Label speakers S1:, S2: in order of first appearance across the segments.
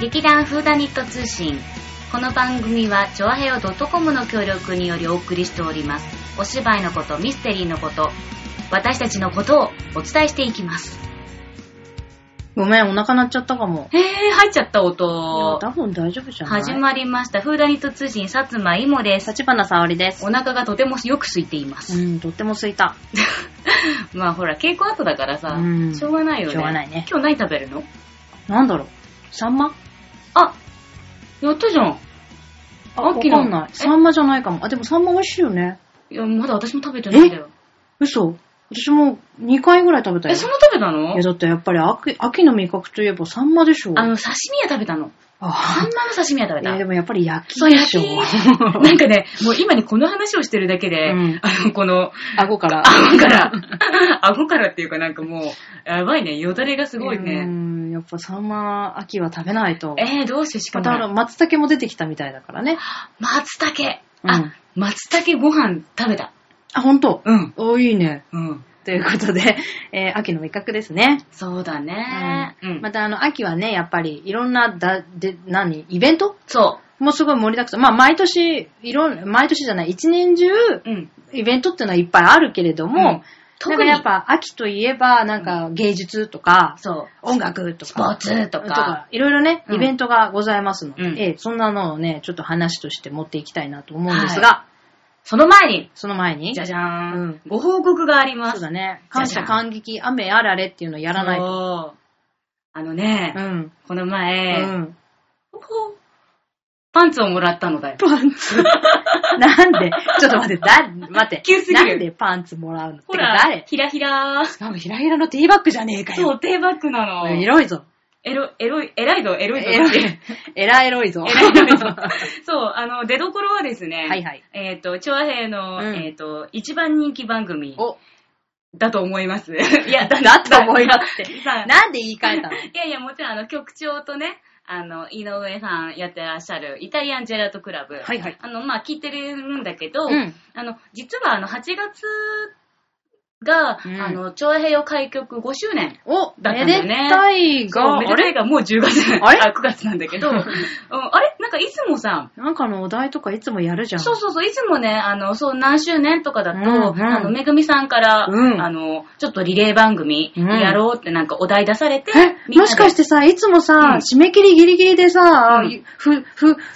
S1: 劇団フーダニット通信この番組はチョアヘヨ .com の協力によりお送りしておりますお芝居のことミステリーのこと私たちのことをお伝えしていきます
S2: ごめん、お腹鳴っちゃったかも。
S1: えー、入っちゃった
S2: いや
S1: 音
S2: 多分大丈夫じゃない
S1: 始まりましたフーダニット通信薩摩いもです
S2: 立花沙織です。
S1: お腹がとてもよく空いています、
S2: うん、とっても空いた。
S1: まあほら稽古後だからさ、
S2: うん
S1: しょうがないよね
S2: しょうがないね
S1: 今日何食べるの
S2: なんだろう。サンマ
S1: あやったじゃん
S2: あ、
S1: ア
S2: わ
S1: ッ
S2: か
S1: キーの
S2: んない。
S1: え
S2: サンマじゃないかも。あ、でもサンマ美味しいよね。
S1: いやまだ私も食べてないんだよ
S2: 嘘。私も2回ぐらい食べた
S1: え
S2: よ。
S1: その食べた
S2: い
S1: の
S2: や、だってやっぱり秋秋の味覚といえばサンマでしょ。
S1: あの刺身は食べたのサン
S2: あ
S1: マの刺身は食べ
S2: い
S1: た
S2: や、でもやっぱり焼き
S1: そう
S2: でしょ。
S1: 焼き なんかね、もう今にこの話をしてるだけで、
S2: うん
S1: あの、この、
S2: 顎から。
S1: 顎 から、顎からっていうかなんかもう、やばいね、よだれがすごいうね。
S2: ん、やっぱサンマ秋は食べないと。
S1: えー、どうしてしか
S2: またあの、
S1: も、
S2: 松茸も出てきたみたいだからね。
S1: 松茸。
S2: う
S1: あ
S2: ん、
S1: 松茸ご飯食べた。
S2: あ、ほんと。
S1: うん。
S2: お、いいね。
S1: うん。
S2: ということで、えー秋の味覚ですね。
S1: そうだね。う
S2: ま
S1: ん。
S2: たあの、秋はね、やっぱりいろんなだ、で、何イベント
S1: そ
S2: もうすごい盛りだくさん。まあ、毎年、いろん、毎年じゃない、一年中、
S1: う。うん。
S2: イベントっていうのはいっぱいあるけれど
S1: う
S2: も
S1: ん、特
S2: な
S1: に
S2: んかやっぱ秋といえば、なんか芸術とか、
S1: そう。
S2: 音楽とか、
S1: スポーツとか
S2: いろいろね、
S1: うん
S2: イベントがございますので、
S1: うん
S2: ええそんなのをね、ちょっと話として持っていきたいなと思うんですが、
S1: その前に、
S2: その前に
S1: じ、ゃじゃーん,、
S2: うん
S1: ご報告がありま
S2: そう
S1: す。
S2: だね、
S1: じゃ
S2: 感
S1: じゃ
S2: 謝
S1: ん
S2: 感激、雨あられっていうのをやらないと。
S1: そうあのね、
S2: うん。
S1: この前、
S2: うん。
S1: パンツをもらったのだよ。
S2: パンツ。なんでちょっと待って、だ、待って。
S1: 急すぎる
S2: なんでパンツもらうの
S1: ほ、
S2: てから誰
S1: ひらひら
S2: しかもひらひらのティーバッグじゃねえか
S1: そ
S2: よ。
S1: う、テーバッグなの。
S2: エ
S1: エ
S2: ロいぞ。
S1: ロ、エロい、偉いぞ、 エロいぞ
S2: エロ
S1: って。
S2: い。エラエロいぞ。
S1: 偉いぞそう、あの、出どころはですね、
S2: はいはい
S1: えっ、と、調和兵の、
S2: うん
S1: えっ、と、一番人気番組
S2: お、
S1: だと思い ます。いや、だ
S2: だと思いますって。
S1: さ
S2: なんで言い換えたの
S1: いやいや、もちろん、あの、局長とね、あの、井上さんやってらっしゃる、イタリアンジェラートクラブ。
S2: はいはい
S1: あの、まあ、聞いてるんだけど、
S2: うん
S1: あの、実は、あの、8月が、
S2: うん
S1: あの、長平洋開局5周年。
S2: お、
S1: だった
S2: め
S1: んだ
S2: で
S1: よね
S2: たい
S1: そう
S2: が、
S1: めでたいがもう10月
S2: あれ
S1: ?9 月なんだけど、 うんあれなんかいつもさ、
S2: なんかのお題とかいつもやるじゃん。
S1: そうそうそう、いつもね、あの、そう、何周年とかだと、
S2: うんうん
S1: あの、めぐみさんから、
S2: うん
S1: あの、ちょっとリレー番組
S2: うん
S1: やろうってなんかお題出されて、、
S2: え、もしかしててさ、いつもさ、
S1: うん
S2: 締め切りギリギリでさ、
S1: うん
S2: ふ、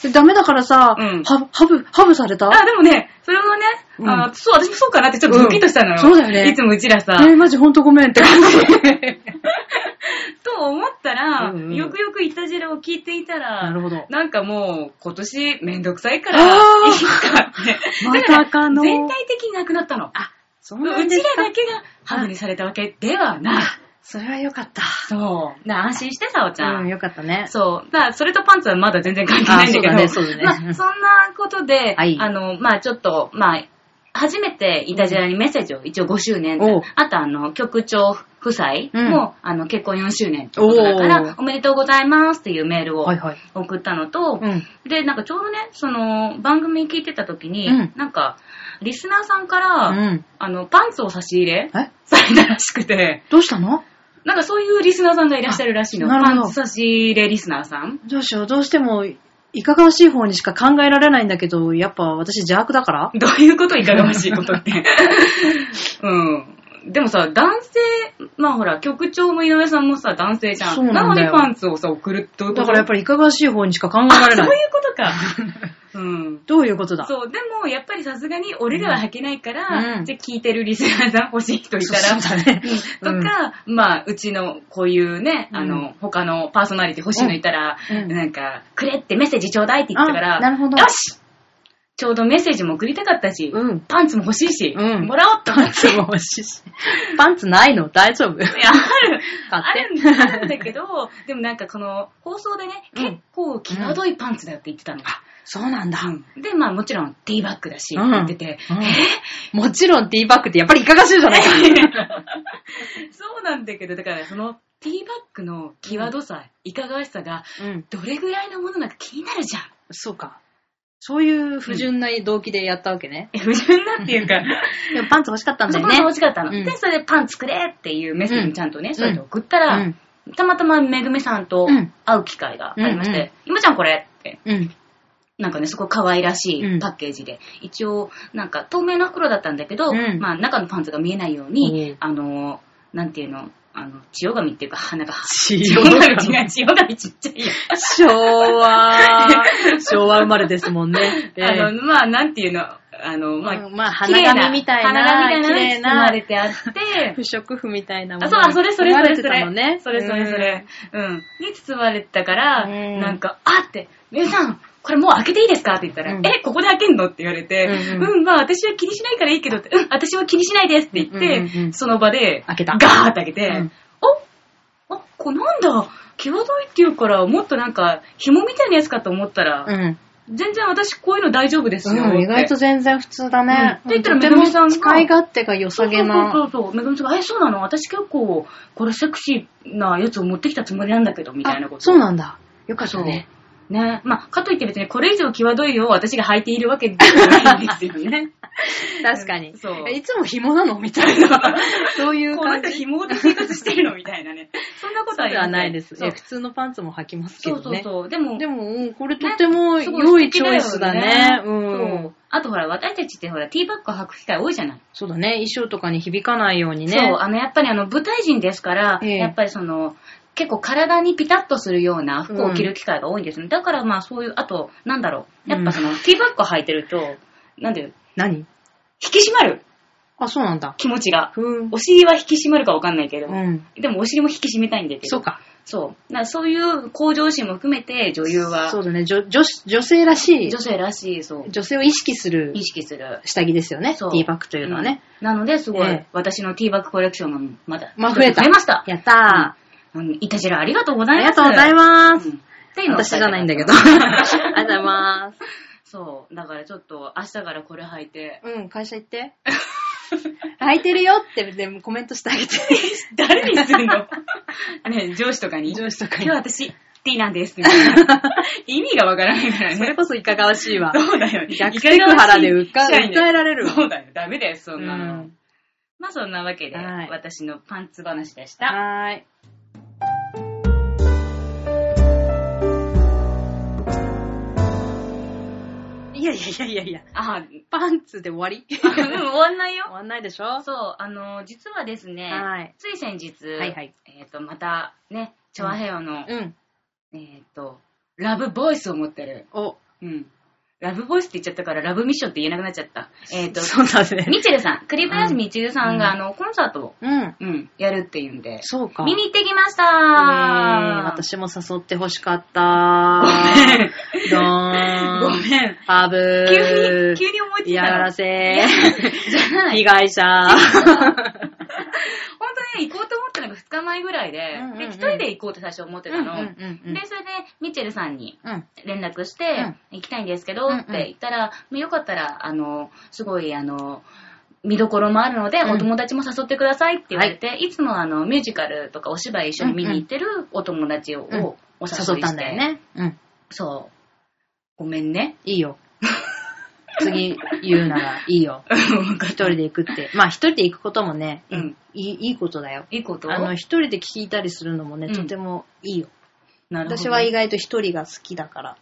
S2: ふ、ダメだからさ、
S1: うん
S2: ハブ、ハブ、ハブされた
S1: あ、でもね、それもね、
S2: うん
S1: あのそう、私もそうかなってちょっとドキッとしたのよ。
S2: うんそうだよね
S1: いつもうちらさ、
S2: えーマジほんとごめんって感じ。
S1: と思ったら、
S2: うんうん
S1: よくよくイタジェラを聞いていたら、
S2: なるほど
S1: なんかもう、今年めんどくさいから、いい
S2: あ
S1: かって。
S2: まさかの
S1: 全体的になくなったの。
S2: そう
S1: う
S2: なんで
S1: ち
S2: す
S1: ら
S2: か
S1: だけがハブにされたわけではない。
S2: それはよかった。
S1: そう。な安心して、さおちゃ
S2: うん、
S1: ん。
S2: よかったね。
S1: そう。だからそれとパンツはまだ全然関係ないんだけど。
S2: あそうだねそうだね
S1: まあ、そんなことで、
S2: はい
S1: あの、まあちょっと、まあ初めてイタジェラにメッセージを、一応5周年
S2: おう
S1: あとあの、局長夫妻も、あの、結婚4周年ってことだか
S2: おう
S1: ら、おめでとうございますっていうメールを
S2: はいはい。
S1: 送ったのと、
S2: うん。
S1: で、なんかちょうどね、その、番組聞いてた時に、
S2: うん
S1: なんか、リスナーさんから、
S2: うん。
S1: あの、パンツを差し入れ
S2: え
S1: されたらしくて、
S2: どうしたの
S1: なんかそういうリスナーさんがいらっしゃるらしいの。
S2: あなるほど
S1: パンツ差し入れリスナーさん。
S2: どうしよう、どうしても、いかがわしい方にしか考えられないんだけど、やっぱ私邪悪だから
S1: どういうこといかがましいこと って。うん。でもさ、男性、まあほら、局長も井上さんもさ、男性じゃん。
S2: そうなんだよ
S1: のにパンツをさ、送るってこと
S2: だからやっぱ
S1: り
S2: りいかがわしい方にしか考えら れ
S1: そうい
S2: ない。
S1: うこと か。うん。
S2: どういうことだ
S1: そう、でも、やっぱりさすがに俺では履けないから、
S2: うん
S1: じゃあ聞いてるリスナーさん欲しい人いたら、
S2: そうそうだね
S1: うん とか、まあ、うちのこういうね、あの、
S2: う
S1: 他のパーソナリティ欲しいのいたら、
S2: うん
S1: なんか、くれってメッセージちょうだいって言ったから、
S2: あなるほど
S1: よしちょうどメッセージも送りたかったし、
S2: うん
S1: パンツも欲しいし、
S2: うん
S1: もらおうと思
S2: パ
S1: っ
S2: ン
S1: て。
S2: ツも欲しいし。パンツないの大丈夫
S1: いや、 ある。あ
S2: 買
S1: る
S2: っ
S1: ん
S2: て
S1: だあるんだけど、でもなんかこの放送でね、
S2: うん
S1: 結構際どいパンツだよって言ってたのが。
S2: そうなんだ。
S1: で、まあもちろんティーバッグだし、
S2: うん
S1: 言ってて、
S2: うん
S1: えー
S2: もちろんティーバッグってやっぱりいかがわしいじゃない
S1: そうなんだけど、だからそのティーバッグの際どさ、いかがわしさが、
S2: うん。
S1: どれぐらいのものなんか気になるじゃん。
S2: そうか。そういう不純な動機でやったわけね。
S1: え不純なっていうか、
S2: でもパンツ欲しかったんだ
S1: そ
S2: よ
S1: こが
S2: ね
S1: 欲。しかったの。
S2: うん
S1: で、それでパン作れっていうメッセージもちゃんとね、それで送ったら、
S2: うん
S1: たまたまめぐみさんと
S2: うん
S1: 会う機会がありまして、
S2: うんうん
S1: 今ちゃんこれって、
S2: うん。
S1: なんかね、すごい可愛らし
S2: う
S1: い
S2: ん
S1: パッケージで、一応、なんか透明な袋だったんだけど、
S2: うん
S1: まあ中のパンツが見えないように、
S2: うん
S1: あの、なんていうの、あの、千代紙っていうか、はなんか、
S2: 千
S1: 千代紙違う、千代紙ちっちゃいよ。
S2: 昭 和、昭和生まれですもんね。
S1: あの、まあ、なんていうの、あの、まあ、
S2: うんまあ
S1: 綺麗
S2: 花紙みたいな
S1: 花紙みたい
S2: 綺麗
S1: な
S2: な
S1: のに包まれてあ って、
S2: 不織布みたいな
S1: あ、そうだ、それそれそれそ
S2: 生まてた
S1: れ。
S2: もんね。
S1: それそれそれ。うん。に包まれてたから、
S2: うん
S1: なんか、あって、皆さん、これもう開けていいですかって言ったら、
S2: うん
S1: え、ここで開けんのって言われて、う、
S2: うんん
S1: まあ私は気にしないからいいけどって、うん、私は気にしないですって言って、
S2: うんうんうん
S1: その場で、
S2: 開けた
S1: ガーって開けて、
S2: うん
S1: おあ、これなんだ、際どいって言うから、もっとなんか、紐みたいなやつかと思ったら、
S2: うん。うん
S1: 全然私こういうの大丈夫ですよ。
S2: うん意外と全然普通だね。
S1: うんって言ったら
S2: とて
S1: めぐ
S2: も
S1: みさんが
S2: 使い勝手が良さげ
S1: そ
S2: な。
S1: うそうそうそう。めぐみさんが、え、そうなの私結構、これセクシーなやつを持ってきたつもりなんだけど、みたいなこと。
S2: あそう
S1: の
S2: なんだ。よかったね。
S1: ね。まあ、かといって別にこれ以上際どいを私が履いているわけではないんですよ ね。
S2: 確かに。
S1: そう
S2: いつも紐なのみたいな。そういう
S1: こうなんか
S2: 感じ。
S1: 紐で生活してるのみたいなね。そんなことは
S2: ではないです。
S1: そ
S2: え
S1: う
S2: 普通のパンツも履きますけ
S1: そう
S2: ど
S1: そう
S2: ね。
S1: そう。でも、
S2: でも、うんこれと
S1: ね
S2: ても
S1: すご
S2: 良い
S1: 素敵
S2: チ
S1: だよ
S2: ョイスだね。うん
S1: そう。あとほら、私たちってほら、ティーバッグ履く機会多いじゃない。
S2: そうだね。衣装とかに響かないようにね。
S1: そう、あの、やっぱりあの、舞台人ですから、
S2: ええ
S1: やっぱりその、結構体にピタッとするような服を着る機会が多いんですね。だからまあそういう、あと、なんだろう。やっぱその、ティーバッグ履いてると、なんていうの
S2: 何
S1: 引き締まる
S2: あ、そうなんだ。
S1: 気持ちが。
S2: ふん
S1: お。尻は引き締まるかわかんないけど、
S2: うん。
S1: でもお尻も引き締めたいんだけど。
S2: そう。か。
S1: そう。だからそういう向上心も含めて女優は、
S2: そうだね。女女子女性らしい
S1: 女、性らしい、そう、
S2: 女性を意識する
S1: 意識する。
S2: 下着ですよね。
S1: そう
S2: D バッグというのはね。
S1: うん。なので、すごい、
S2: ええ
S1: 私のティーバッグコレクションもまだ、
S2: まあ増えた。
S1: 増えました。
S2: やった
S1: うんいたじらありがとうご
S2: ー。あ
S1: ざいま
S2: りが
S1: す。
S2: とうございます。
S1: っていうのを
S2: 私じゃないんだけど。あり がとうございます。
S1: そう。だからちょっと明日からこれ履いて。
S2: うん、会社行って。履いてるよって、でもコメントしてあげ て。
S1: 誰にするの あね、上司とかに。
S2: 上司とかに
S1: 今日私、D なんです。みたいな 意味がわからないから
S2: それ
S1: ね。
S2: こそいかがわしいわ。
S1: そうだよね。
S2: 逆セクハラで訴え訴えられるわ
S1: そうだよ。ダメだよ、そんなの。
S2: うん
S1: まあそんなわけで、
S2: はい
S1: 私のパンツ話でした。
S2: はーい。いやいやいやいやいや、
S1: あ、
S2: パンツで終わり
S1: うん
S2: 終
S1: 終わんないよ。
S2: わんないでしょ
S1: そう、あの、実はですね、
S2: はい
S1: つい先日、
S2: はいはい
S1: えっ、と、またね、チョアヘヨの、
S2: うん。
S1: えっ、と、ラブボイスを持ってる
S2: お、
S1: うん。ラブボイスって言っちゃったから、ラブミッションって言えなくなっちゃった。えっ、と、
S2: そうだね。
S1: ミチルさん、栗林ミチルさんが、
S2: う
S1: あの、コンサートを、
S2: うん。
S1: うん、やるっていうんで、
S2: そうか。
S1: 見に行ってきました
S2: ねえ
S1: ー。
S2: 私も誘ってほしかったど
S1: ご
S2: ーん。
S1: めん。
S2: パブ
S1: 急に、急に思いつい
S2: や
S1: たの
S2: らせー。
S1: じゃない。
S2: 被 害者。
S1: 本当ね、行こうと思ったのが2日前ぐらいで、
S2: うんうんうん
S1: で、一人で行こうって最初思ってたの。
S2: うんうんうんうん
S1: で、それで、ミチェルさんに
S2: うん。
S1: 連絡して、行きたいんですけど、
S2: うんうん
S1: って言ったら、まあよかったら、あの、すごい、あの、見どころもあるので、
S2: うん
S1: お友達も誘ってくださいって言われて、い、つもあの、ミュージカルとかお芝居一緒に見に行ってるお友達を、
S2: うんうん
S1: お誘い
S2: 誘
S1: して。
S2: ったんだよ。ね。うん。
S1: そう。ごめんね。
S2: いいよ。 次言うならいいよ。一人で行くって。まあ一人で行くこともね、
S1: うん
S2: いいいいことだよ。
S1: いいこと
S2: あの、一人で聞いたりするのもね、
S1: うん
S2: とてもいいよ。
S1: なるほど
S2: 私は意外と一人が好きだから。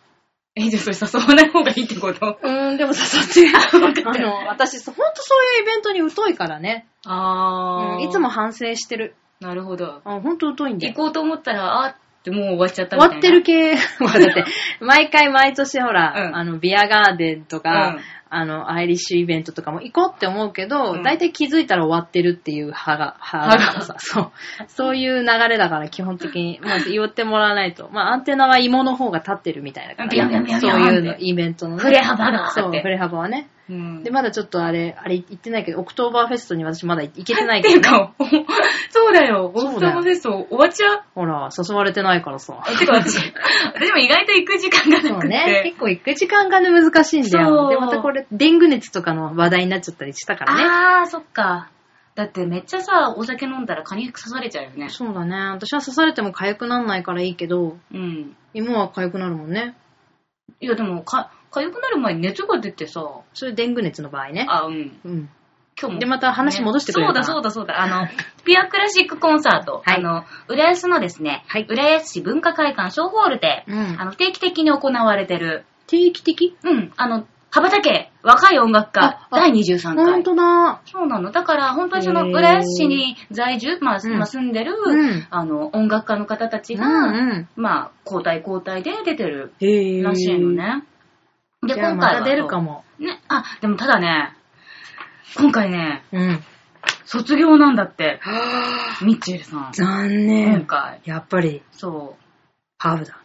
S1: え、じゃあそれ誘わない方がいいってこと
S2: うーん、でもさ、そっち
S1: わかった
S2: あの、私、ほんとそういうイベントに疎いからね。
S1: あー、
S2: うんいつも反省してる。
S1: なるほど。
S2: あほんと疎いんだ
S1: 行
S2: よ。
S1: こうと思ったら、あーってもう終わっちゃった
S2: 終
S1: みたいな。
S2: わってる系、ほ らだって、毎回毎年ほら、
S1: うん
S2: あの、ビアガーデンとか、
S1: うん
S2: あの、アイリッシュイベントとかも行こうって思うけど、
S1: うん
S2: 大体気づいたら終わってるっていう派が、派だからさ、そう。そういう流れだから基本的 に、まあ、言ってもらわないと。まあ、アンテナは芋の方が立ってるみたいだか
S1: ビャンビャ
S2: ら、
S1: ンビャンビ
S2: そ
S1: ャ
S2: う
S1: ン
S2: いうのイベントの
S1: 振れ幅が
S2: そう、
S1: って
S2: フレ幅はね。
S1: うん
S2: で、まだちょっとあれ、あれ行ってないけど、オクトーバーフェストに私まだ行けてない
S1: って
S2: け
S1: いう、
S2: ど
S1: か、 そうだよ。オ
S2: そ
S1: フト
S2: うだよ
S1: ーフェスト終わっちゃう。
S2: ほら、誘われてないからさ。
S1: えてか 私、私も意外と行く時間が
S2: そ
S1: な
S2: う
S1: くて。
S2: ね。結構行く時間がね、難しいんだ
S1: そう
S2: よ。で、またこれ、デング熱とかの話題になっちゃったりしたからね。
S1: あー、そっか。だってめっちゃさ、お酒飲んだら蚊に刺されちゃうよね。
S2: そうだね。私は刺されても痒くならないからいいけど、
S1: うん。
S2: 芋は痒くなるもんね。
S1: いやでも、か、痒くなる前に熱が出てさ、
S2: それデング熱の場合ね。
S1: あ、うん。
S2: うん。
S1: 今日も。
S2: でまた話戻してくれ
S1: そ
S2: る
S1: うだ
S2: かな
S1: そうだそうだ。あの、ピュアクラシックコンサート。
S2: はい
S1: あの、浦安のですね、
S2: はい
S1: 浦安市文化会館小ホールで、
S2: うん
S1: あの、定期的に行われてる、
S2: 定期的
S1: うん、あの、羽ばたけ、若い音楽家
S2: あ、あ
S1: 第23
S2: ほん
S1: 回。
S2: とだ。
S1: そうなの。だから、本当にそ
S2: へ
S1: の、
S2: ー
S1: 浦安市に在住、まあ、
S2: うん
S1: まあ住んでる、
S2: うん
S1: あの、音楽家の方たちが、
S2: うん。
S1: まあ、交代交代で出てる
S2: へー
S1: らしいの。ね。で、
S2: じゃあ
S1: 今
S2: ま
S1: 回
S2: た
S1: は。
S2: 出るか。も。
S1: ね、あ、でもただね、今回ね、
S2: うん。
S1: 卒業なんだって。ミッチェルさん。
S2: 残
S1: 今
S2: 念。
S1: 回。
S2: やっぱり、
S1: そ
S2: ハー ブだ。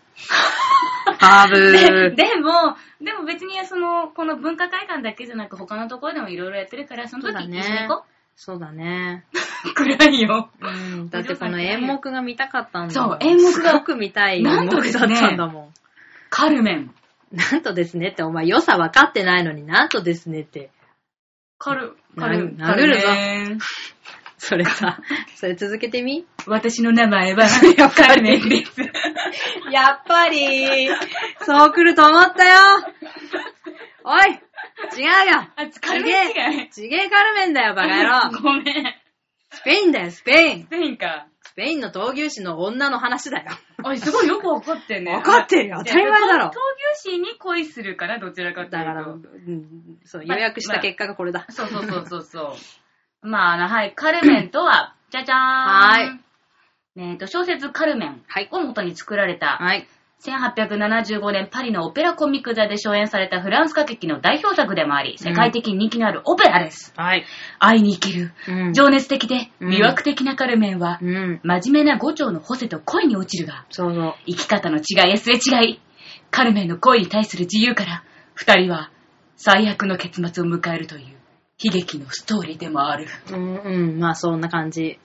S2: ハー
S1: う。で、
S2: ブ。
S1: でも、でも別にその、この文化会館だけじゃなく他のところでもいろいろやってるから、その
S2: そうだ
S1: 時
S2: ね
S1: 一緒に行こ
S2: そうだね。
S1: う。暗いよ。
S2: うん。だってこの演目が見たかったんだも
S1: そう
S2: ん
S1: 演目が
S2: すごく見たい演目だったんだもん。
S1: カルメン。
S2: なんとですねって、お前良さ分かってないのになんとですねって。
S1: カル、
S2: な
S1: カル、
S2: 殴るぞ
S1: カルメン
S2: それさ、それ続けてみ
S1: 私の名 前は、カルメンです。
S2: やっぱり、そう来ると思ったよおい違うよ
S1: あ、カルメン違い。
S2: ちげえカルメンだよ、バカ野郎
S1: ごめん。
S2: スペインだよ、スペイン
S1: スペインか。
S2: スペインの闘牛士の女の話だよ。
S1: おい、すごいよくわかってんね。
S2: 分かってるよ、当たり前だろ
S1: 闘。牛士に恋するから、どちらかっ
S2: だ
S1: て
S2: か
S1: いうと。
S2: ら、うんそう、予約した結果がこれだ。
S1: そうそうそうそうそう。まああの、はい、カルメンとは、じゃじゃーん。は
S2: はーい。
S1: えっと、小説カルメン
S2: はい
S1: を元に作られた、
S2: はい。
S1: 1875年パリのオペラコミック座で上演されたフランス歌劇の代表作でもあり、世界的に人気のあるオペラです。
S2: はい。
S1: 愛に生きる、
S2: うん
S1: 情熱的で
S2: うん
S1: 魅惑的なカルメンは、
S2: うん。
S1: 真面目な五丁のホセと恋に落ちるが、
S2: そうそう。
S1: 生き方の違いやすれ違い、カルメンの恋に対する自由から、二人は最悪の結末を迎えるという悲劇のストーリーでもある。
S2: うん、うん、まあそんな感 じ。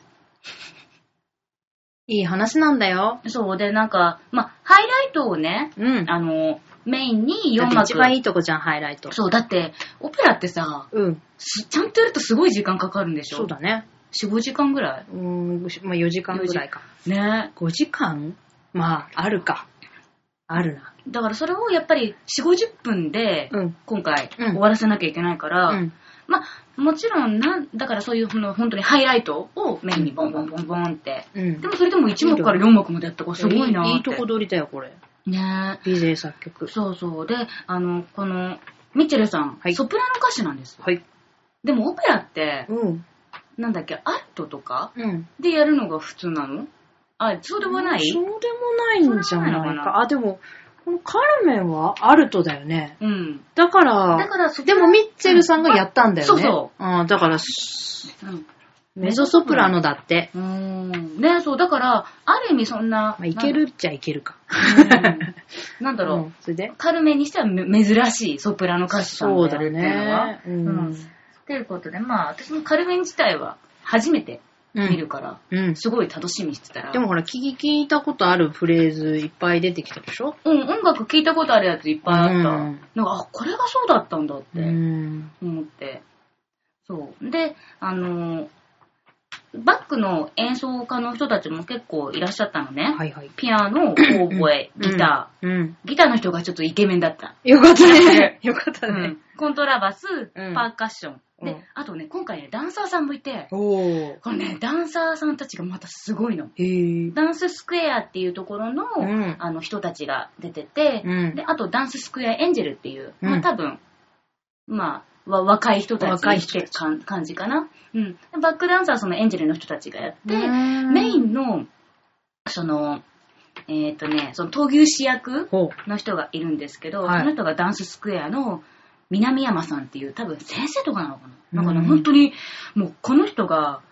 S2: いい話なんだよ。
S1: そうで、なんか、まあ、ハイライトをね、
S2: うん。
S1: あの、メインに
S2: だっ
S1: 4
S2: て
S1: 幕。
S2: 一番いいとこじゃん、ハイライト。
S1: そう、だって、オペラってさ、
S2: うん。
S1: すちゃんとやるとすごい時間かかるんでしょ
S2: そう。だね。
S1: 4、5時間ぐら
S2: うーん、まあ4時間ぐらいか。
S1: いね
S2: 5時間まあ、あるか。あるな。
S1: だからそれをやっぱり4、50分で、
S2: うん
S1: 今回、
S2: うん
S1: 終わらせなきゃいけないから、
S2: うん。
S1: まあ、もちろんなん、だからそういうほの本当にハイライトをメインにボンボンボンボンって。
S2: うん。
S1: でもそれでも1幕から4幕までやったからすごいなーって。
S2: いいとこ取りだよ、これ。
S1: ね
S2: 美勢作曲。
S1: そうそう。で、あの、この、ミッチェルさん、
S2: はい
S1: ソプラノ歌手なんです。
S2: はい。
S1: でもオペラって、
S2: うん。
S1: なんだっけ、アルトとか
S2: うん。
S1: でやるのが普通なのあ、そうでもない
S2: そうでもないんじゃ
S1: そうでもな
S2: ないい
S1: のか
S2: か。
S1: な
S2: あ、でも、このカルメンはアルトだよね。
S1: うん。
S2: だから、
S1: だからソプ
S2: で
S1: ラノ
S2: もミッチェルさんがやったんだよ
S1: うん
S2: ね。。
S1: そうそう
S2: あーだから、メゾソプラノだって。
S1: うん。うーん。ねそう、だから、ある意味そんな。
S2: まあ、いけるっちゃいけるか。
S1: なんだうんなんだろう。
S2: うんそれで
S1: カルメンにしてはめ珍しいソプラノ歌手さん
S2: そう
S1: であ
S2: だ
S1: るっていうのは
S2: ね。。うん。
S1: ということで、まあ、私もカルメン自体は初めて見るから、
S2: うん。
S1: すごい楽しみにしてたら。
S2: でもほら、聞き聞いたことあるフレーズいっぱい出てきたでしょ
S1: うん、音楽聴いたことあるやついっぱいあった。
S2: うん
S1: なんか、あ、これがそうだったんだって
S2: ん。
S1: 思って。そう。で、あのーバックの演奏家の人たちも結構いらっしゃったのね。
S2: はいはい。
S1: ピアノ、オーボエ、ギタ
S2: ー。うん。
S1: ー。ギターの人がちょっとイケメンだった。
S2: よかったね。 よかった
S1: う
S2: ね
S1: ん。コントラバス、
S2: うん
S1: パーカッション。
S2: う
S1: で
S2: ん、
S1: あとね、今回ね、ダンサーさんもいて、
S2: おー。
S1: このね、ダンサーさんたちがまたすごいの。
S2: へー。
S1: ダンススクエアっていうところの,、
S2: うん
S1: あの人たちが出てて、
S2: うん
S1: であとダンススクエアエンジェルっていう、
S2: うん
S1: まあ多分、まあ、わ若い人たち
S2: 若い人
S1: ってかん感じかな。うん。でバックダンサーはそのエンジェルの人たちがやって、
S2: うん
S1: メインの、その、えっ、とね、その闘牛士役
S2: ほう。
S1: の人がいるんですけど、
S2: はい
S1: その人がダンススクエアの南山さんっていう多分先生とかなのか
S2: うん
S1: な。なんかね、本当に、もうこの人が、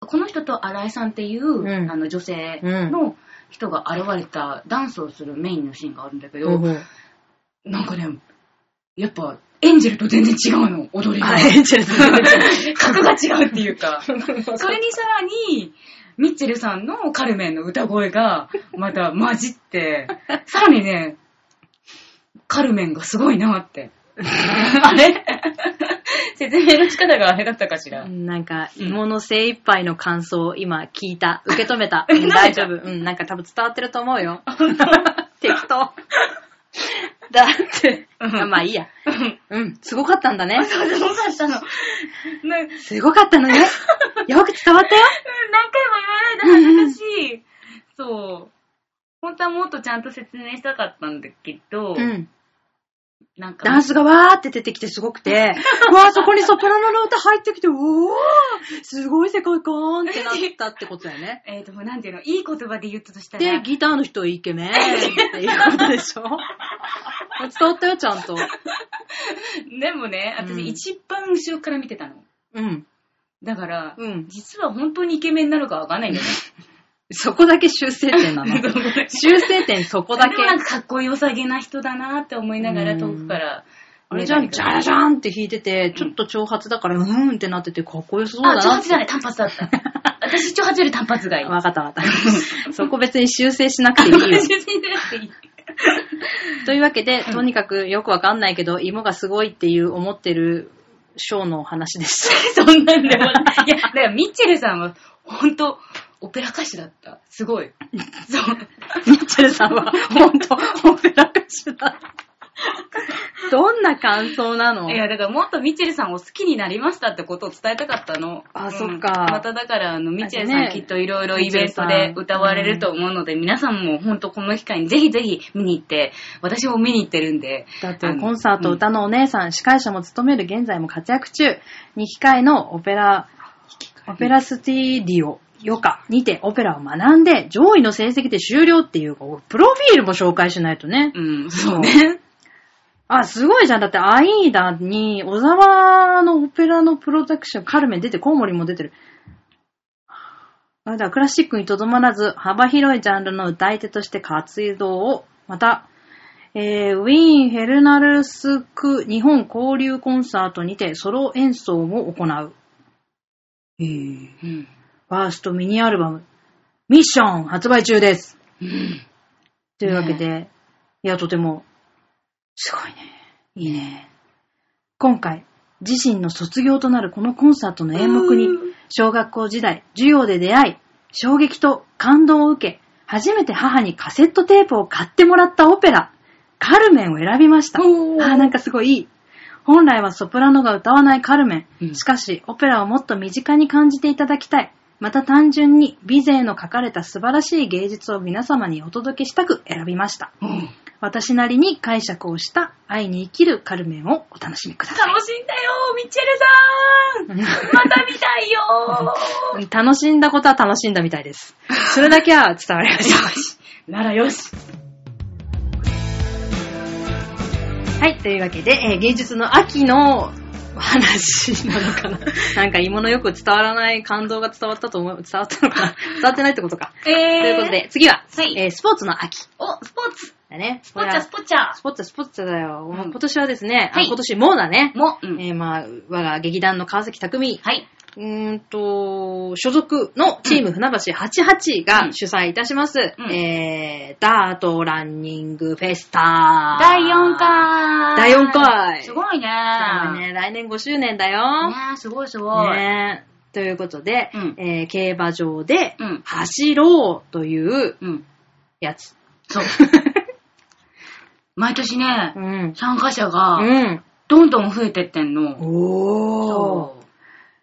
S1: この人と新井さんっていう、
S2: ん
S1: あの女性の人が現れたダンスをするメインのシーンがあるんだけど、
S2: うん
S1: なんかね、やっぱエンジェルと全然違うの、踊りが。
S2: あ、エンジェルさん。
S1: 格が違うっていうか。それにさらに、ミッチェルさんのカルメンの歌声 が、また混じって、さらにね、カルメンがすごいなって。あ れ説明の仕方があれだったかしら。
S2: なんか、
S1: うん
S2: 芋の精一杯の感想を今聞いた。受け止め た。 うん大丈夫。うん、なんか多分伝わってると思うよ。適当。だって、
S1: うん
S2: あまあいいや。うん、すごかったんだね。
S1: そうそうだったの。な何回も
S2: すごかった のね。よく伝わったよ。
S1: 言わないで恥ずかしい。そう。本当はもっとちゃんと説明したかったんだけど、
S2: うん。
S1: なんか、
S2: ダンスがわーって出てきてすごく て、うわーそこにソプラノの歌入ってきて、うおーすごい世界観ってなったってことだよ ね。
S1: えっ、と、なんていうの、いい言葉で言ったとした
S2: で、
S1: ら、
S2: ギターの人イケメンっていうことでし ょ伝わったよ、ちゃんと。
S1: でもね、
S2: うん
S1: 私一番後ろから見てたの。
S2: うん。
S1: だから、
S2: うん。
S1: 実は本当にイケメンになるかわかんないんだよ ね。
S2: そこだけ修正点 なの。修正点そこだけ
S1: で。もなんかかっこよさげな人だなって思いながら遠くから。
S2: あれじゃん、じゃらじ
S1: ゃん
S2: ゃんって弾いてて、ちょっと長髪だから、うーんってなってて、かっこよそうだ
S1: あ、長
S2: な
S1: 髪
S2: って
S1: じゃない、単発だった。私、長髪より単発 がいい。
S2: わかったわかった。 そこ別に修正しなくていい よ。というわけで、とにかくよくわかんないけど、芋がすごいっていう思ってるショーのお話でした。
S1: そんなんでもない。いや、だからミッチェルさんは、本当オペラ歌手だった。すごい。そう。
S2: ミッチェルさんは、ほんと、オペラ歌手だ。どんな感想なの
S1: いや、だからもっとミッチェルさんを好きになりましたってことを伝えたかったの。
S2: あ
S1: うん
S2: そっか
S1: まただから、あの、ミッチェル
S2: あ
S1: さ
S2: れ
S1: ん
S2: ね
S1: きっといろいろイベントで歌われると思うので、皆さんも本当この機会にぜひぜひ見に行って、私も見に行ってるんで。
S2: だってコンサート歌のお姉さん、司会者も務める現在も活躍中、2機会のオペラ、オペラスティーディオ、ヨカにてオペラを学んで、上位の成績で終了っていう、こうプロフィールも紹介しないとね。
S1: うん、そうね。
S2: あ、すごいじゃん。だって、アイーダに、小沢のオペラのプロダクション、カルメン出て、コウモリも出てる。あれだ、クラシックにとどまらず、幅広いジャンルの歌い手として活動を、また、えー、ウィーン・ヘルナルスク日本交流コンサートにてソロ演奏も行う。えー、
S1: うん。
S2: ファーストミニアルバム、ミッション発売中です。というわけで、いや、とても、すごいね。いいね。今回、自身の卒業となるこのコンサートの演目に
S1: うーん、
S2: 小学校時代、授業で出会い、衝撃と感動を受け、初めて母にカセットテープを買ってもらったオペラ、カルメンを選びました。あ
S1: おー
S2: ー、なんかすごいいい。本来はソプラノが歌わないカルメン。
S1: うん
S2: しかし、オペラをもっと身近に感じていただきたい。また単純に、美勢の書かれた素晴らしい芸術を皆様にお届けしたく選びました。
S1: うん
S2: 私なりに解釈をした愛に生きるカルメンをお楽しみください。
S1: 楽しんだよミッチェルさんまた見たいよ
S2: うん楽しんだことは楽しんだみたいです。それだけは伝わりました。
S1: ならよし
S2: はい、というわけで、えー芸術の秋の話なのかな。 なんか芋のよく伝わらない感動が伝わったと思う、伝わったの かな。伝わってないってことか。
S1: えー、
S2: ということで、次は、
S1: はい
S2: えースポーツの秋
S1: お、スポーツ
S2: だね。
S1: ス
S2: ス
S1: ポッチャ、スポッチャ
S2: スポーツ、スポーツだよ。
S1: うん
S2: 今年はですね、あ
S1: はい
S2: 今年もだね。
S1: も、うん
S2: えーまあ、我が劇団の川崎匠、
S1: はい。
S2: うーんと、所属のチーム船橋88
S1: うん
S2: が主催いたします、
S1: うん
S2: えー、ダートランニングフェスタ。
S1: 第4。回
S2: 第四回
S1: すごいね
S2: そうだね、来年5周年だ
S1: ね
S2: よ。
S1: えすごいすごい。
S2: ねということで、
S1: うん
S2: えー競馬場で
S1: うん
S2: 走ろうという
S1: うん。
S2: やつ。
S1: そう。毎年ね
S2: う、ん。
S1: 参加者
S2: う
S1: が、
S2: ん。
S1: どんどん増えてってんの。
S2: おー。
S1: そ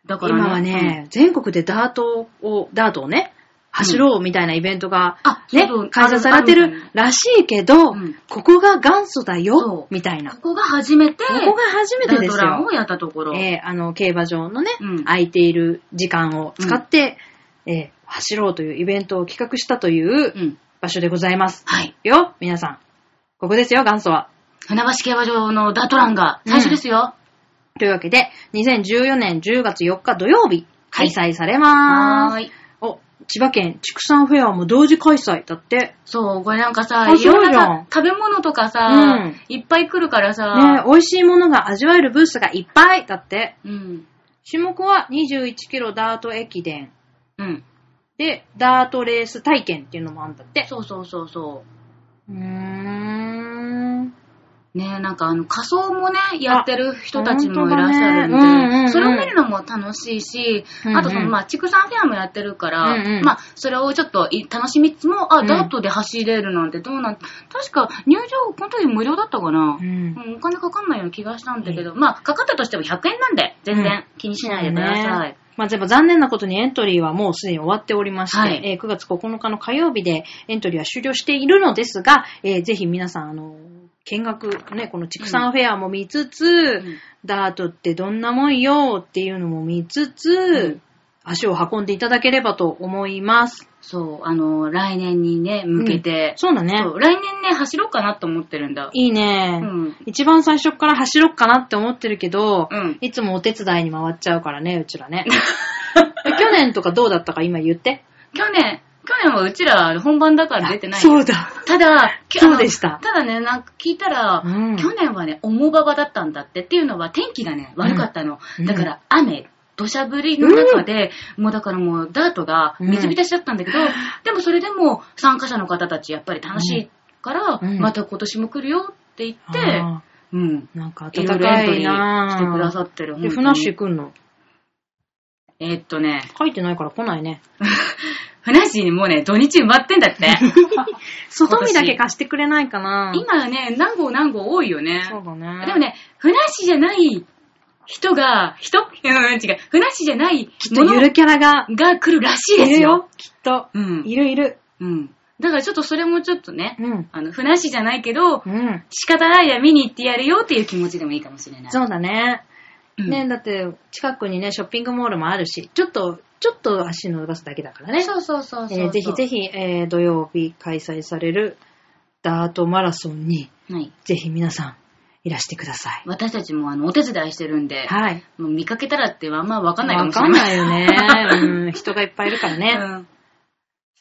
S1: う。だから
S2: 今はね、、全国でダートを、ダートをね、走ろうみたいなイベントが、
S1: うんあ
S2: ね
S1: そうそう、
S2: 開催されて
S1: あるある
S2: るらしいけど、
S1: うん
S2: ここが元祖だ
S1: そう
S2: よ、みたいな。
S1: こ
S2: こ
S1: こが初めて、
S2: こが初めてです
S1: ダートラン
S2: よ
S1: を。やったところ。
S2: えーあの、競馬場のね、
S1: うん
S2: 空いている時間を使って、えー走ろうというイベントを企画したという
S1: うん。
S2: 場所でございます。
S1: はい。
S2: よ、皆さん。ここですよ、元祖は。
S1: 船橋競馬場のダートランが最初ですよ。
S2: というわけで、2014年10月4日土曜日、
S1: はい
S2: 開催されます。
S1: はーい。
S2: お、千葉県畜産フェアも同時開催だって。ね
S1: そう、これなんかさ、い
S2: あ
S1: ろんな
S2: そうじゃ
S1: さ
S2: ん
S1: 食べ物とかさ、
S2: うん
S1: いっぱい来るからさ、
S2: 美味しいものが味わえるブースがいっぱいだって。
S1: うん。
S2: 種目は21キロダート駅伝
S1: うん。
S2: で、ダートレース体験っていうのもあるんだって。
S1: そうそうそうそう
S2: ーん。
S1: ねなんかあの仮装もね、やってる人たちも
S2: あ
S1: いらっしゃるんで、
S2: 本当だねうんうんうん
S1: それを見るのも楽しいし、
S2: うんうん
S1: あとその、まあ、畜産フェアもやってるから、
S2: うんうん
S1: まあ、それをちょっとい楽しみつつも、
S2: う
S1: あ、
S2: ん
S1: ダートで走れるなんてどうなんて、確か入場、この時無料だったかな、
S2: うん。
S1: うんお金かかんないような気がしたんだけど、まあ、かかったとしても100円なんで、全
S2: うん
S1: 然気にしないでください。
S2: まあ、でも残念なことにエントリーはもうすでに終わっておりまして、
S1: はい
S2: えー9月9日の火曜日でエントリーは終了しているのですが、えーぜひ皆さん、あの、見学、ね、この畜産フェアも見つつ、
S1: ん
S2: ダートってどんなもんよっていうのも見つつ、
S1: ん
S2: 足を運んでいただければと思います。
S1: そう、あの、来年にね、向けて、
S2: そうだね。
S1: そう来年ね、走ろうかなと思ってるんだ。
S2: いいね、
S1: うん
S2: 一番最初っから走ろっかなって思ってるけど、
S1: うん
S2: いつもお手伝いに回っちゃうからね、うちら ね。え去年とかどうだったか今言って。
S1: 去年、去年はうちら本番だから出てないよ
S2: そうだ。
S1: ただ、き
S2: そうでした
S1: あのただね、なんか聞いたら、
S2: うん
S1: 去年はね、重馬場だったんだってっていうのは天気がね、悪かったの。
S2: うん
S1: だから雨、土砂降りの中で、もうだからもうダートが水浸しだったんだけど、でもそれでも参加者の方たちやっぱり楽しいから、
S2: うん
S1: また今年も来るよって言って、
S2: あ
S1: うん。
S2: ーなんか
S1: い
S2: 暖
S1: ろいろ
S2: か
S1: エント
S2: い
S1: リー
S2: な
S1: してくださ
S2: っ
S1: ってる。本
S2: で、
S1: 当
S2: ふ
S1: に
S2: なっしー来んの
S1: えーっとね、
S2: 書いてないから来ないね。
S1: ふなっしーにもうね、土日埋まってんだって。
S2: 外見だけ貸してくれないかな
S1: 今ね、何号何号多いよね。
S2: そうだね。
S1: でも、ね、ふなっしーじゃない人が、人 うん違う。ふなっしーじゃない
S2: きっ
S1: も
S2: と
S1: の
S2: ゆるキャラが
S1: が来るらしい
S2: い
S1: です
S2: る
S1: よ。
S2: よ。きっと。
S1: うん。
S2: いるいる。
S1: うん。だからちょっとそれもちょっとね、
S2: うん。
S1: あの、ふなっしーじゃないけど、
S2: うん。
S1: 仕方ないや見に行ってやるよっていう気持ちでもいいかもしれない。
S2: そうだね。
S1: うん
S2: ね、だって、近くにね、ショッピングモールもあるし、ちょっと、ちょっと足伸ばすだけだからね。
S1: そうそうそうそう
S2: えーぜひぜ
S1: ひ。
S2: ひ、えー土曜日開催されるダートマラソンに、
S1: はい。
S2: ぜひ皆さん、いらしてください。
S1: 私たちもあの、お手伝いしてるんで、
S2: はい。
S1: もう見かけたらってあんまわかんないか
S2: わ
S1: もし
S2: か
S1: れ
S2: ん
S1: な。
S2: ないいよ ね。うん、人がいっぱいいるからね。
S1: うん。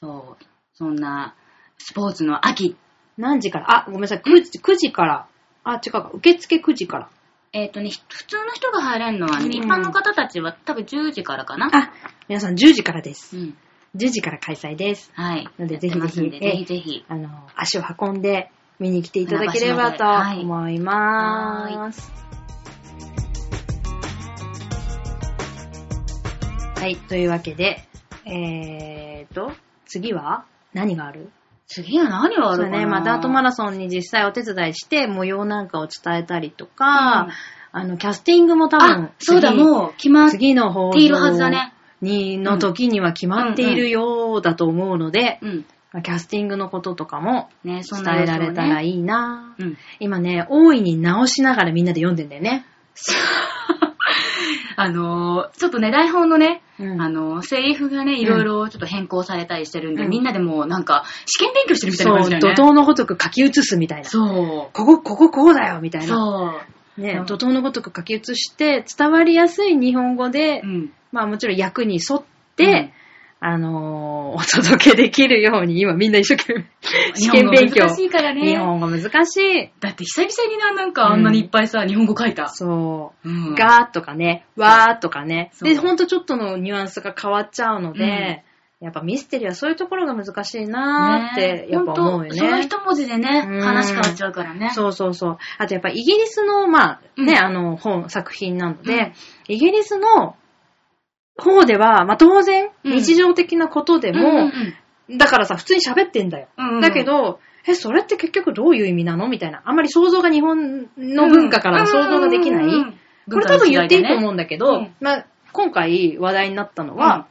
S1: そう。そんな、スポーツの秋。
S2: 何時からあ、ごめんなさい、9時 ,9 時から。あ、違うか、受付9時から。
S1: えっ、とね、ひ普通の人が入れるのは、ね
S2: うん
S1: 一般の方たちは多分10時からかな。
S2: あ、皆さん10時からです。
S1: うん。
S2: 10時から開催です。
S1: はい。
S2: ので
S1: やってますんで
S2: ぜ
S1: ぜひ
S2: ひぜひ
S1: ぜひ。
S2: あの、足を運んで見に来ていただければと思います。はい、というわけで、えーと、次は何がある
S1: 次は何があ
S2: そ
S1: る
S2: う
S1: かな
S2: ね、まあ、ダートマラソンに実際お手伝いして模様なんかを伝えたりとか、あの、キャスティングも多分
S1: あ、、そうだ、
S2: 次
S1: もう、決まって
S2: 次の放
S1: いるはずだ
S2: 送
S1: ね。
S2: にの時には決まっているようだと思うので、
S1: うん。
S2: まあキャスティングのこととかも
S1: ね、そんな
S2: 伝えられたら
S1: い。
S2: いいな、
S1: うん。
S2: 今ね、大いに直しながらみんなで読んでんだよね。
S1: あのーちょっとね、台本のね、
S2: うん
S1: あのーセリフがね、いろいろちょっと変更されたりしてるんで、
S2: うん
S1: みんなでもうなんか、試験勉強してるみたいな
S2: そ
S1: 感
S2: う、
S1: じだよ
S2: 怒
S1: ね。
S2: 涛のごとく書き写すみたいな。
S1: そう。
S2: ここ、ここ、こうだよみたいな。
S1: そう。
S2: ね
S1: う、ん
S2: 怒涛のごとく書き写して、伝わりやすい日本語で、
S1: うん。
S2: まあもちろん役に沿っ
S1: うん
S2: て、あのーお届けできるように、今みんな一生懸命、試験勉
S1: 日本
S2: 強。
S1: 語難しいから
S2: 日
S1: ね。
S2: 本語難しい。
S1: だって久々にな、なんかあんなにいっぱいさ、日本語書いた。
S2: そう。
S1: うん
S2: がーとかね、わーとかね。
S1: そう
S2: で、ほんとちょっとのニュアンスが変わっちゃうので、やっぱミステリーはそういうところが難しいなーって、やっぱ思うよね。
S1: 本当その一文字でね、
S2: うん
S1: 話変わっちゃうからね。
S2: そうそうそう。あとやっぱイギリスの、まあ、ね、
S1: うん
S2: あの、本、作品なので、
S1: うん
S2: イギリスの方では、まあ当然、
S1: うん
S2: 日常的なことで
S1: で
S2: も、だからさ、普通に喋ってんだよ。だけ、ど、え、それって結局どういう意味なのみたいな。あんまり想像が日本の文化からは想像ができない。これ多分言っていいと思
S1: う。
S2: うんだけど、
S1: うん
S2: まあ、今回話題になったのは、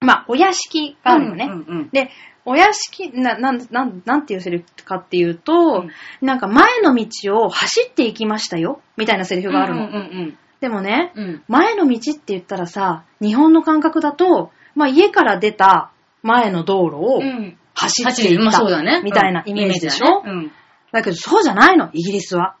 S2: まあ、お屋敷があるよね。
S1: うんうん
S2: で、お屋敷、な、なん、なん、なんていうセリフかっていうと、なんか前の道を走っていきましたよ、みたいなセリ
S1: う
S2: フ
S1: ん
S2: があるの。
S1: うんうん
S2: でもね、
S1: うんうん
S2: 前の道って言ったらさ、日本の感覚だと、まあ家から出た前の道路を
S1: うん
S2: 走っ
S1: 走
S2: てい
S1: るま
S2: っ
S1: あ
S2: た、
S1: そうだね。
S2: みたいなイメージでし
S1: うんイメー
S2: ょ、
S1: ジだねうん
S2: だけどそうじゃないの、イギリスは。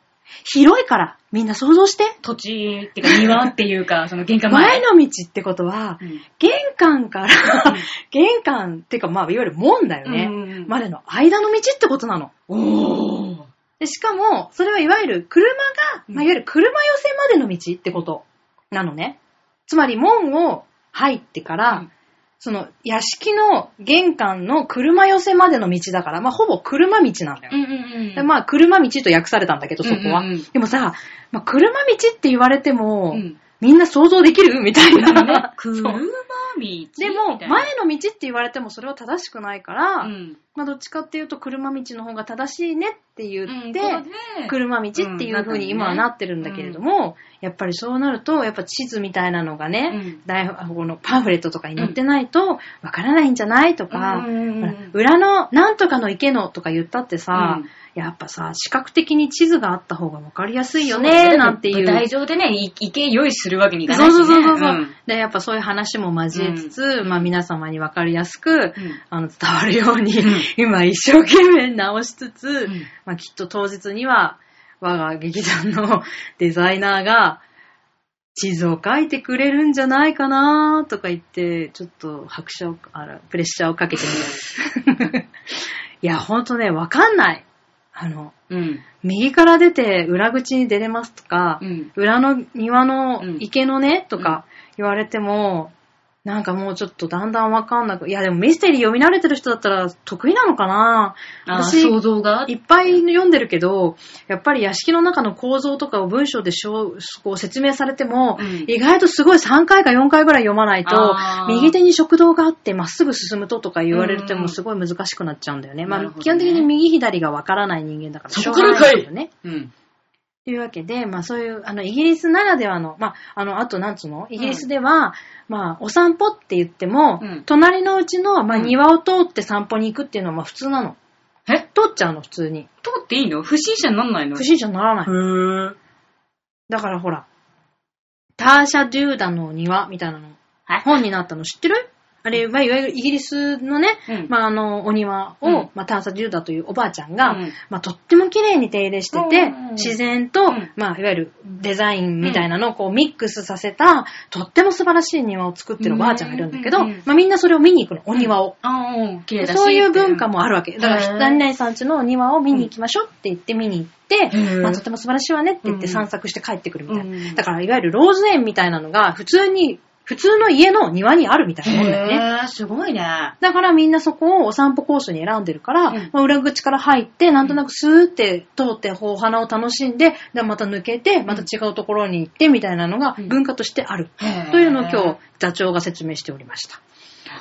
S2: 広いから、みんな想像して。
S1: 土地っていうか庭っていうか、その玄関
S2: 前の道ってことは、
S1: うん
S2: 玄関から、
S1: うん
S2: 玄関っていうか、まあ、いわゆる門だよね、
S1: うんうんうん
S2: までの間の道ってことなの。
S1: おー
S2: でしかも、それはいわゆる車が、
S1: うん
S2: まあ、いわゆる車寄せまでの道ってことなのね。つまり門を入ってから、
S1: うん
S2: その、屋敷の玄関の車寄せまでの道だから、まあ、ほぼ車道なんだよ。
S1: うんうんうん。
S2: でまあ、車道と訳されたんだけど、そこは。
S1: うんうんうん
S2: でもさ、まあ、車道って言われても、
S1: うん
S2: みんな想像できるみたい な。
S1: 車道みた
S2: で
S1: い
S2: も、
S1: な
S2: 前の道って言われてもそれは正しくないから、
S1: うん、
S2: まあ、どっちかっていうと車道の方が正しいねって言
S1: うん
S2: って、
S1: そうね
S2: 車道っていう風に今はなってるんだけれども、やっぱりそうなると、やっぱ地図みたいなのがね、
S1: うん
S2: 台本このパンフレットとかに載ってないと、わからないんじゃないとか、
S1: うんうんうん
S2: ほら裏のなんとかの池のとか言ったってさ、
S1: うん
S2: やっぱさ、視覚的に地図があった方がわかりやすいよ
S1: そう
S2: ね、
S1: ね
S2: なんていう。
S1: 舞台上でね、い池用意するわけにいかな
S2: そ
S1: いうし、
S2: そ
S1: ね。
S2: うそうそうそう、
S1: ん
S2: で、やっぱそういう話も交えつつ、まあ皆様にわかりやすく、あの、伝わるように、
S1: うん
S2: 今一生懸命直しつつ、
S1: ん
S2: まあきっと当日には、我が劇団の デザイナーが、地図を書いてくれるんじゃないかなとか言って、ちょっと拍車を、あら、プレッシャーをかけてみた。いや、ほんとね、わかんない。あの、
S1: うん。
S2: 右から出て裏口に出れますとか、
S1: うん。
S2: 裏の庭の
S1: うん
S2: 池のね、とか言われても、なんかもうちょっとだんだんわかんなく、いやでもミステリー読み慣れてる人だったら得意なのかな
S1: あ
S2: 私
S1: 想像が
S2: いっぱい読んでるけど、やっぱり屋敷の中の構造とかを文章でしょうこう説明されても、
S1: うん
S2: 意外とすごい3回か4回ぐらい読まないと
S1: あ、ー
S2: 右手に食堂があってまっすぐ進むととか言われて
S1: うん
S2: もすごい難しくなっちゃうんだよね。
S1: な
S2: まあ
S1: るほどね
S2: 基本的に右左がわからない人間だから
S1: そ
S2: しょ
S1: こ
S2: う
S1: か
S2: が
S1: ら
S2: ない
S1: かい
S2: んだよね。
S1: うん。
S2: というわけで、まあそういう、あの、イギリスならではの、まあ、あの、あとなんつうのイギリスでは、まあ、お散歩って言っても、
S1: うん
S2: 隣のうちの、まあ、
S1: うん
S2: 庭を通って散歩に行くっていうのは、まあ、普通なの。
S1: え
S2: 通っちゃうの、普通に。
S1: 通っていいの不審者になんないの
S2: 不審者にならない。
S1: へぇ
S2: だからほら、ターシャ・デューダの庭みたいなの、
S1: はい
S2: 本になったの知ってるあれ、まあ、いわゆるイギリスのね、
S1: うん
S2: まあ、あの、お庭を、
S1: うん
S2: まあ、ターシャ・デューダというおばあちゃんが、
S1: うん
S2: まあ、とっても綺麗に手入れしてて、
S1: うん
S2: 自然と、
S1: うん
S2: まあ、いわゆるデザインみたいなのをこうミックスさせた、とっても素晴らしい庭を作ってるおばあちゃんがいるんだけど、
S1: うんうんうん
S2: まあ、みんなそれを見に行くの、お庭を。
S1: ああ、綺麗だし。
S2: そういう文化もあるわけ。だか
S1: へ
S2: ら、
S1: ー
S2: 何々さんちのお庭を見に行きましょうって言って見に行って、
S1: へー
S2: まあ、とても素晴らしいわねって言って
S1: うん
S2: 散策して帰ってくるみたいな。
S1: うん
S2: だから、いわゆるローズ園みたいなのが、普通に、普通の家の庭にあるみたいなもんだよね。
S1: へぇすごいね。
S2: だからみんなそこをお散歩コースに選んでるから、
S1: うん
S2: まあ裏口から入って、なんとなくスーって通って、お花を楽しんで、でまた抜けて、また違うところに行ってみたいなのが
S1: うん
S2: 文化としてある。
S1: へー
S2: というのを今日、座長が説明しておりました。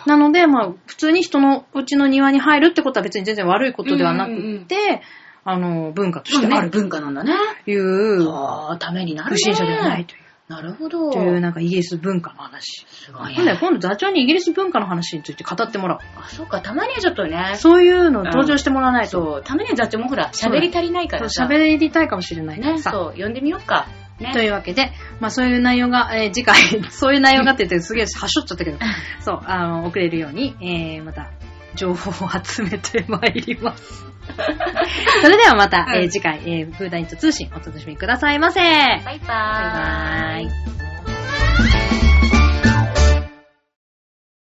S2: なので、まあ、普通に人のうちの庭に入るってことは別に全然悪いことではなくっ
S1: うん
S2: て、
S1: うんうん
S2: あの、文化とし
S1: ま
S2: て
S1: あ
S2: あ
S1: ね、
S2: る
S1: 文化なんだね。
S2: という、
S1: ああ、ためになるね。
S2: 不審者ではないという、
S1: なるほど。
S2: というなんかイギリス文化の話。
S1: すごい
S2: 今度は
S1: ね。
S2: 今度座長にイギリス文化の話について語ってもらおう。
S1: あ、そうか、たまにはちょっとね。
S2: そういうの登場してもらわないと。
S1: そう、たまにはだってもうほら、喋り足りないからさ。
S2: 喋りたいかもしれない
S1: ね、
S2: さ
S1: そう、呼んでみようか。ね。
S2: というわけで、まあそういう内容が、えー次回、 そういう内容がって言ってすげえはしょっちゃったけど、そう、あの、遅れるように、えー、また、情報を集めてまいります。 それではまた、えー
S1: うん
S2: 次回、えー、ブーダインと通信お楽しみくださいませ。バイ
S1: バイバーイ。
S2: バーイ。